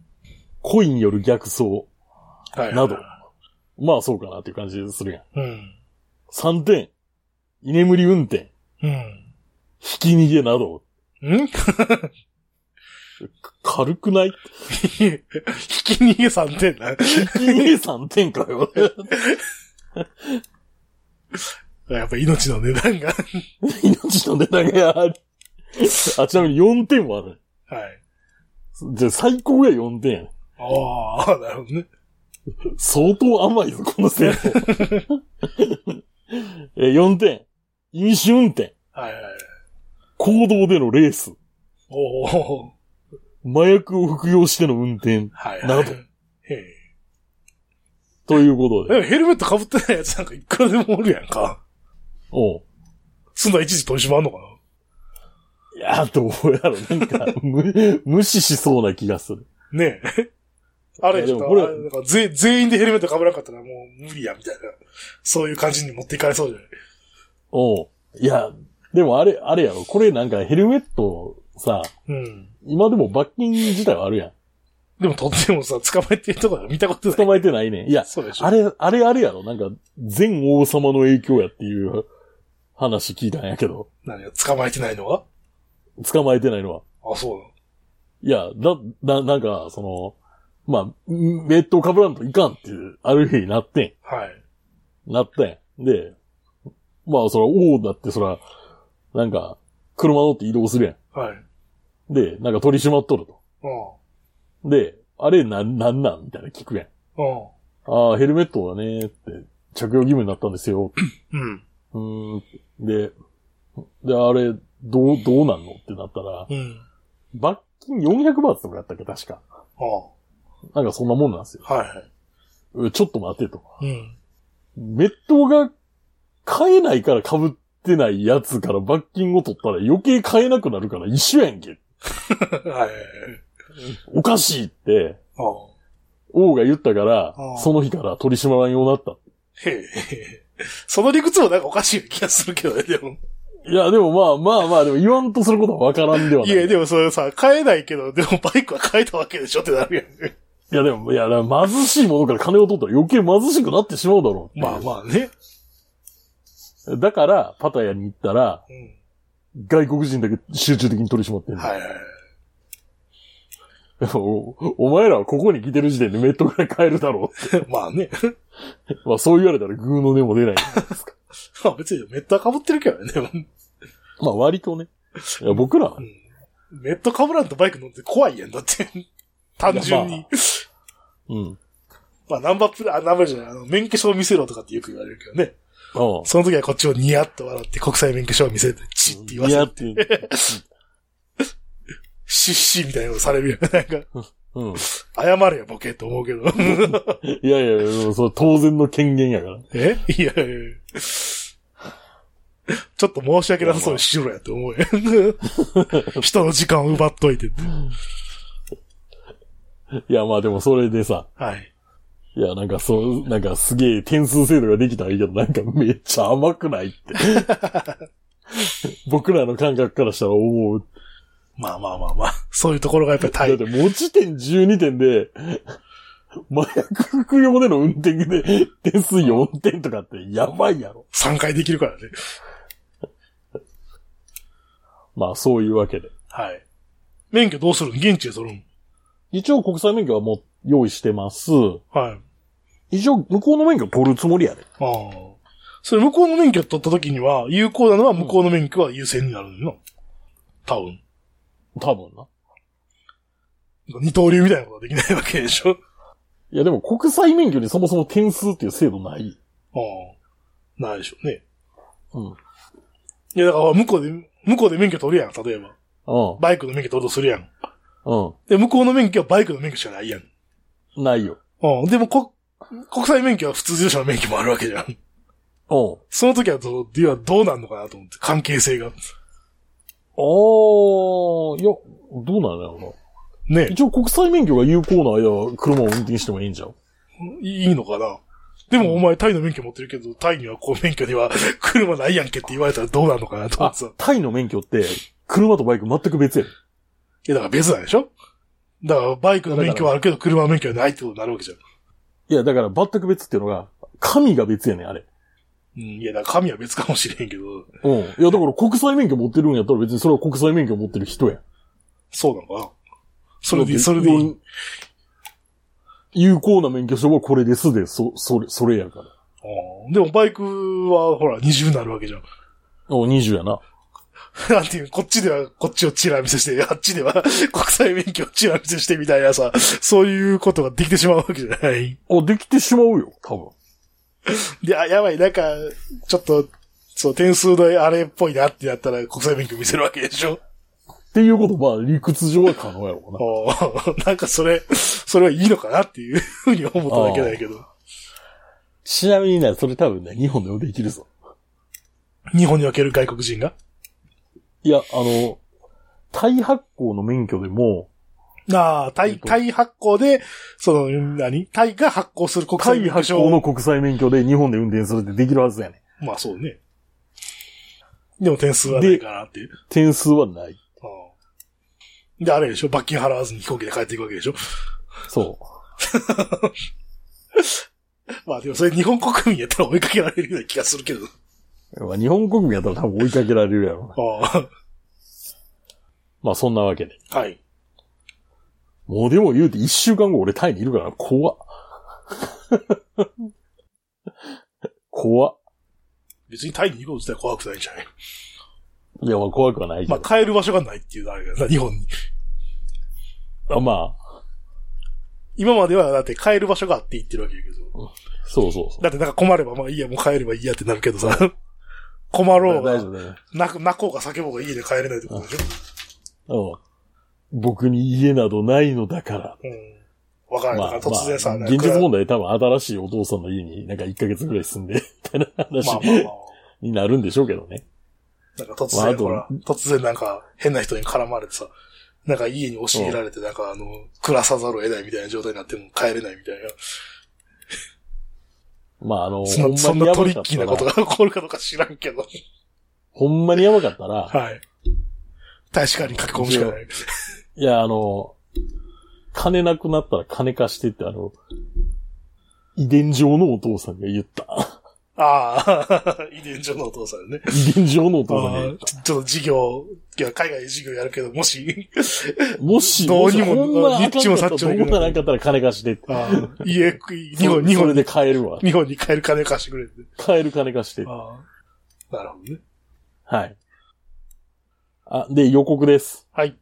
[SPEAKER 1] 恋による逆走、
[SPEAKER 2] はいはい。
[SPEAKER 1] など。まあそうかなっていう感じするやん。
[SPEAKER 2] うん。
[SPEAKER 1] 3点、居眠り運転、
[SPEAKER 2] うん。
[SPEAKER 1] ひき逃げなど、
[SPEAKER 2] ん引
[SPEAKER 1] か軽くない
[SPEAKER 2] き逃げ3点な。
[SPEAKER 1] ひき逃げ3点かよ。
[SPEAKER 2] やっぱ命の値段が。
[SPEAKER 1] 命の値段がある。あ、ちなみに4点もある。
[SPEAKER 2] はい。
[SPEAKER 1] じゃあ最高が4点やね。
[SPEAKER 2] ああ、なるほどね。
[SPEAKER 1] 相当甘いぞ、この制度。え、4点。飲酒運転。
[SPEAKER 2] はいはいはい。
[SPEAKER 1] 行動でのレース。
[SPEAKER 2] おお。
[SPEAKER 1] 麻薬を服用しての運転。
[SPEAKER 2] はいはい。
[SPEAKER 1] など
[SPEAKER 2] へえ。
[SPEAKER 1] ということ
[SPEAKER 2] で
[SPEAKER 1] で。
[SPEAKER 2] もヘルメット被ってないやつなんかいくらでもおるやんか。
[SPEAKER 1] おう
[SPEAKER 2] そんなん一時取り締まんのか
[SPEAKER 1] いや、どうやろ。なんか、無、無視しそうな気がする。
[SPEAKER 2] なねえ。 あ
[SPEAKER 1] いや
[SPEAKER 2] れ、
[SPEAKER 1] で
[SPEAKER 2] ち
[SPEAKER 1] も
[SPEAKER 2] ょっ
[SPEAKER 1] これ
[SPEAKER 2] とあれなんかぜ全員でヘルメット被らなかったらもう無理や、みたいな。 そういう感じに持っていかれそうじゃない
[SPEAKER 1] おういや、でもあれ、あれやろ。これなんかヘルメットさ、
[SPEAKER 2] うん。
[SPEAKER 1] 今でも罰金自体はあるやん。
[SPEAKER 2] でもとってもさ、捕まえてるとこ見たことない。
[SPEAKER 1] 捕まえてないね。いや、
[SPEAKER 2] そうでしょ。
[SPEAKER 1] あれ、あれあれやろなんか、全王様の影響やっていう話聞いたんやけど、
[SPEAKER 2] 何が捕まえてないのは
[SPEAKER 1] 捕まえてないのは。
[SPEAKER 2] あ、そうなの。
[SPEAKER 1] いや、だ、だ、なんか、その、まあ、んベッド被らんといかんっていう、ある日になって
[SPEAKER 2] はい。
[SPEAKER 1] ん、なってん。で、まあ、そら、王だってそら、なんか、車乗って移動するや
[SPEAKER 2] はい。
[SPEAKER 1] ん。で、なんか取り締まっとると。
[SPEAKER 2] う
[SPEAKER 1] で、あれ、なん、なんなんみたいな聞くやん。
[SPEAKER 2] ん。
[SPEAKER 1] ああ、ヘルメットはね、って、着用義務になったんですよ、
[SPEAKER 2] うん。うん。
[SPEAKER 1] うーん。で、で、あれ、どう、どうなんのってなったら、
[SPEAKER 2] うん。
[SPEAKER 1] 罰金400バーツとかやったっけ確か。
[SPEAKER 2] あ
[SPEAKER 1] なんかそんなもんなんですよ。
[SPEAKER 2] あ。はいは
[SPEAKER 1] うちょっと待てと。
[SPEAKER 2] い。うん。
[SPEAKER 1] メットが買えないから被ってないやつから罰金を取ったら余計買えなくなるから一緒やんけ。
[SPEAKER 2] はいはいはい。
[SPEAKER 1] おかしいって、
[SPEAKER 2] あ
[SPEAKER 1] 王が言ったから
[SPEAKER 2] あ、あ
[SPEAKER 1] その日から取り締まらんようになった。
[SPEAKER 2] へえへえ。その理屈もなんかおかしい気がするけどね、でも。
[SPEAKER 1] いや、でもまあまあまあ、でも言わんとすることはわからんではないい。
[SPEAKER 2] や、でもそれさ、買えないけど、でもバイクは買えたわけでしょってなるやん。
[SPEAKER 1] いや、でも、いや、貧しいものから金を取ったら余計貧しくなってしまうだろう。
[SPEAKER 2] まあまあね。
[SPEAKER 1] あ。だから、パタヤに行ったら、
[SPEAKER 2] うん。
[SPEAKER 1] 外国人だけ集中的に取り締まってる、
[SPEAKER 2] はいはいはい。
[SPEAKER 1] お お前らはここに来てる時点でメットぐらい買えるだろ
[SPEAKER 2] まあね。
[SPEAKER 1] う。まあ、そう言われたらグーの音も出ない。
[SPEAKER 2] まあ別にメットは被ってるけどね。でも
[SPEAKER 1] まあ、割とね。いや、僕ら、
[SPEAKER 2] メット被らんとバイク乗って怖いやん。だって。単純
[SPEAKER 1] いや
[SPEAKER 2] に。
[SPEAKER 1] うん。
[SPEAKER 2] まあ、ナンバープレあ、ナンバーじゃない、あの、免許証見せろとかってよく言われるけどね。
[SPEAKER 1] あ
[SPEAKER 2] その時はこっちをニヤッと笑って国際免許証見せて、チッって言わ
[SPEAKER 1] い
[SPEAKER 2] せ
[SPEAKER 1] や
[SPEAKER 2] る
[SPEAKER 1] っ。ていう。
[SPEAKER 2] シッシーみたいなことされるやん。なんか、
[SPEAKER 1] うん。
[SPEAKER 2] 謝れよ、ボケと思うけど。
[SPEAKER 1] いやいや、でもそれ当然の権限やから。
[SPEAKER 2] え いやいやいやちょっと申し訳なさそうにしろやって思うやん。 人の時間を奪っといてって。
[SPEAKER 1] いや、まあでもそれでさ、
[SPEAKER 2] はい。
[SPEAKER 1] いや、なんかそう、なんかすげえ点数制度ができたらいいけど、なんかめっちゃ甘くないって。僕らの感覚からしたら思う。
[SPEAKER 2] まあまあまあまあ。そういうところがやっぱり 大
[SPEAKER 1] だって持ち点12点で、麻薬服用での運転で点数4点とかってやばいやろ。
[SPEAKER 2] 3回できるからね。
[SPEAKER 1] まあそういうわけで。
[SPEAKER 2] はい。免許どうするの現地で取る
[SPEAKER 1] 一応国際免許はもう用意してます。
[SPEAKER 2] のはい。
[SPEAKER 1] 一応向こうの免許取るつもりやで。
[SPEAKER 2] ああ。それ向こうの免許取った時には、有効なのは向こうの免許は優先になるのよな。多分。
[SPEAKER 1] 多分な。
[SPEAKER 2] 二刀流みたいなことはできないわけでしょ。
[SPEAKER 1] いやでも国際免許にそもそも点数っていう制度ない。
[SPEAKER 2] ああ。ないでしょうね。
[SPEAKER 1] うん。うん。
[SPEAKER 2] いや、だから向こうで、向こうで免許取るやん、例えば。バイクの免許取るとするやん。
[SPEAKER 1] う
[SPEAKER 2] で、向こうの免許はバイクの免許しかないやん。
[SPEAKER 1] ん。ないよ。
[SPEAKER 2] うん。でも、こ、国際免許は普通自動車の免許もあるわけじゃん。
[SPEAKER 1] うん。
[SPEAKER 2] その時はどう、ではどうなんのかなと思って、関係性が。
[SPEAKER 1] あー、いや、どうなんだろうな。
[SPEAKER 2] ね
[SPEAKER 1] 一応国際免許が有効な間、車を運転してもいいんじゃん。
[SPEAKER 2] いいのかなでもお前タイの免許持ってるけど、タイにはこう免許には 車ないやんけって言われたらどうなんのかなと思
[SPEAKER 1] あ
[SPEAKER 2] ってさ。い、
[SPEAKER 1] タイの免許って、車とバイク全く別やん。
[SPEAKER 2] や、だから別なんでしょだからバイクの免許はあるけど、車の免許はないってことになるわけじゃん。
[SPEAKER 1] いや、だから全く別っていうのが、神が別やねん、あれ。
[SPEAKER 2] うん、いや、だから神は別かもしれへんけど、
[SPEAKER 1] うん。いや、だから国際免許持ってるんやったら別にそれは国際免許持ってる人やん。
[SPEAKER 2] そうなのかなそれでいい、それでいい。。
[SPEAKER 1] 有効な免許証はこれですで、そ、それ、それやから。
[SPEAKER 2] うんでもバイクは、ほら、二重になるわけじゃん。
[SPEAKER 1] お、20やな。
[SPEAKER 2] なんていうの、こっちではこっちをチラ見せして、あっちでは 国際免許をチラ見せしてみたいなさ、そういうことができてしまうわけじゃない。
[SPEAKER 1] あ、できてしまうよ、多分。
[SPEAKER 2] で、あ、やばい、なんか、ちょっと、そう、点数のあれっぽいなってなったら国際免許見せるわけでしょ
[SPEAKER 1] っていうこと、まあ、理屈上は可能やろうな。
[SPEAKER 2] おー なんかそれ、それはいいのかなっていうふうに思っただけだけど。
[SPEAKER 1] ちなみにね、それ多分ね、日本でもできるぞ。
[SPEAKER 2] 日本における外国人が
[SPEAKER 1] いや、あの、タイ発行の免許でも、
[SPEAKER 2] ああ、タイ、タイ発行で、その、何タイが発行する国
[SPEAKER 1] タ
[SPEAKER 2] 際
[SPEAKER 1] イ
[SPEAKER 2] 免許
[SPEAKER 1] 発
[SPEAKER 2] 証
[SPEAKER 1] 行の国際免許で日本で運転するってできるはずやね
[SPEAKER 2] まあそうね。でも点数はないかなっていう。
[SPEAKER 1] 点数はない。
[SPEAKER 2] うんで、あれでしょ罰金払わずに飛行機で帰っていくわけでしょ
[SPEAKER 1] そ
[SPEAKER 2] まあでもそれ日本国民やったら追いかけられるような気がするけど。
[SPEAKER 1] う。まあ、日本国民やったら多分追いかけられるやろうな。
[SPEAKER 2] あ
[SPEAKER 1] まあ、そんなわけで。
[SPEAKER 2] あはい。
[SPEAKER 1] もうでも言うて一週間後俺タイにいるから怖っ。怖っ。
[SPEAKER 2] 別にタイに行くこと自体怖くないんじゃない
[SPEAKER 1] いや、まあ怖くはないけ
[SPEAKER 2] まあ
[SPEAKER 1] ど。
[SPEAKER 2] 帰る場所がないっていうのはあれだな、日本に。
[SPEAKER 1] あまあ、
[SPEAKER 2] 今まではだって帰る場所があって行ってるわけやけど。
[SPEAKER 1] そうそうそう。
[SPEAKER 2] だってなんか困ればまあいいや、もう帰ればいいやってなるけどさ。困ろ
[SPEAKER 1] 大
[SPEAKER 2] うが
[SPEAKER 1] 丈、夫だね。
[SPEAKER 2] 泣く、泣こうが叫ぼうが家で帰れないってことでしょ
[SPEAKER 1] うん。僕に家などないのだから。
[SPEAKER 2] うん。わから
[SPEAKER 1] まあ
[SPEAKER 2] ない。だから突然さ、
[SPEAKER 1] ま
[SPEAKER 2] な
[SPEAKER 1] あ、
[SPEAKER 2] んか
[SPEAKER 1] 現実問題多分新しいお父さんの家になんか1ヶ月ぐらい住んで、 みたいな話
[SPEAKER 2] まあまあまあ。
[SPEAKER 1] になるんでしょうけどね。
[SPEAKER 2] なんか突
[SPEAKER 1] まああ
[SPEAKER 2] 然、
[SPEAKER 1] と
[SPEAKER 2] ほら、突然なんか変な人に絡まれてさ、なんか家に押し入れられて、なんかあの、暮らさざるを得ないみたいな状態になっても帰れないみたいな。
[SPEAKER 1] まあ、あの、
[SPEAKER 2] そ
[SPEAKER 1] ほん
[SPEAKER 2] のそん
[SPEAKER 1] まに
[SPEAKER 2] な
[SPEAKER 1] や
[SPEAKER 2] ト
[SPEAKER 1] ばか
[SPEAKER 2] リ
[SPEAKER 1] った
[SPEAKER 2] ッキーな
[SPEAKER 1] ら
[SPEAKER 2] ことが起こるかどうか知らんけど。
[SPEAKER 1] ほんまにやばかった ら、
[SPEAKER 2] はい。確かに書き込むしかない。
[SPEAKER 1] いや、あの、金なくなったら金貸してって、あの、遺伝上のお父さんが言った。
[SPEAKER 2] ああ、遺伝上のお父さんね。
[SPEAKER 1] 遺伝上のお父さんが
[SPEAKER 2] あ
[SPEAKER 1] 言っ
[SPEAKER 2] ーちょちょっと事業、いや、海外で事業やるけど、もし、
[SPEAKER 1] た。もし、
[SPEAKER 2] どうにも
[SPEAKER 1] もしほんまあかん
[SPEAKER 2] どっちも
[SPEAKER 1] か
[SPEAKER 2] さ
[SPEAKER 1] っ
[SPEAKER 2] ったち
[SPEAKER 1] と
[SPEAKER 2] もい
[SPEAKER 1] 思
[SPEAKER 2] かな
[SPEAKER 1] っ
[SPEAKER 2] い
[SPEAKER 1] たらあかんかったら金貸してって。
[SPEAKER 2] あ ー家、日本、日
[SPEAKER 1] それ
[SPEAKER 2] 本、
[SPEAKER 1] で買える わ。
[SPEAKER 2] 日本に帰る金貸してくれって。
[SPEAKER 1] 買える金貸してって。
[SPEAKER 2] ああ。なるほどね。
[SPEAKER 1] はい。あ、で、予告です。
[SPEAKER 2] はい。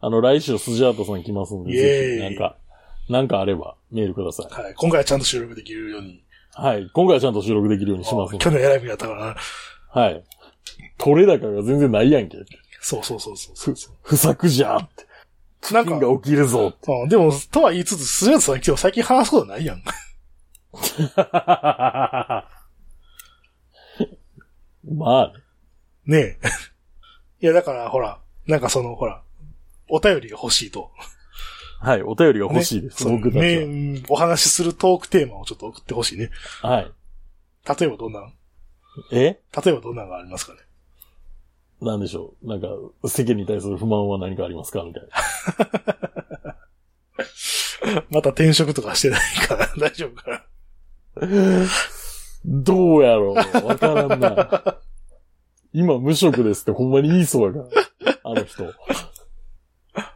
[SPEAKER 1] あの、来週スジャートさん来ますんで、
[SPEAKER 2] イエー
[SPEAKER 1] ぜ
[SPEAKER 2] イ
[SPEAKER 1] ひ、なんか、なんかあればメールください。
[SPEAKER 2] はい。今回はちゃんと収録できるように。
[SPEAKER 1] はい。今回はちゃんと収録できるようにしますんで
[SPEAKER 2] 去年選びやったからな。
[SPEAKER 1] はい。取れ高が全然ないやんけ。
[SPEAKER 2] そうそうそうそう
[SPEAKER 1] ふ、不作じゃーって。
[SPEAKER 2] なんか
[SPEAKER 1] 金が起きる ぞって。
[SPEAKER 2] うんでも、とは言いつつ、スジャートさん今日最近話すことない やん。
[SPEAKER 1] まあ、
[SPEAKER 2] ねえ。 いや、だから、ほら、なんかその、ほら、お便りが欲しいと。
[SPEAKER 1] はい。お便りが欲しいです。
[SPEAKER 2] ね
[SPEAKER 1] 僕た
[SPEAKER 2] そのメ
[SPEAKER 1] ち
[SPEAKER 2] インお話しするトークテーマをちょっと送ってほしいね。
[SPEAKER 1] は。はい。
[SPEAKER 2] 例えばどんなん
[SPEAKER 1] え
[SPEAKER 2] 例えばどんなのがありますかね。
[SPEAKER 1] なんでしょう。なんか、世間に対する不満は何かありますかみたいな。
[SPEAKER 2] また転職とかしてないから、 大丈夫かな。
[SPEAKER 1] どうやろうわからんな。今無職ですってほんまに言いそうやから。あの人。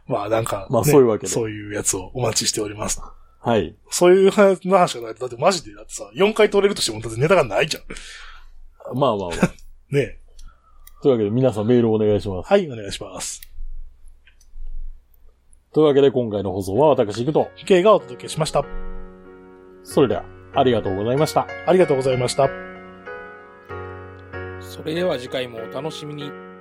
[SPEAKER 2] まあなんか、
[SPEAKER 1] まあそういうわけで
[SPEAKER 2] そういうやつをお待ちしております。
[SPEAKER 1] はい。
[SPEAKER 2] そういう話の話がないと、だってマジで、だってさ、4回取れるとしても、だってネタがないじゃん。
[SPEAKER 1] まあまあまあ。
[SPEAKER 2] ねえ。
[SPEAKER 1] というわけで皆さんメールをお願いします。
[SPEAKER 2] はい、お願いします。
[SPEAKER 1] というわけで今回の放送は私行くと。
[SPEAKER 2] K がお届けしました。
[SPEAKER 1] それでは、ありがとうございました。
[SPEAKER 2] ありがとうございました。
[SPEAKER 3] それでは次回もお楽しみに。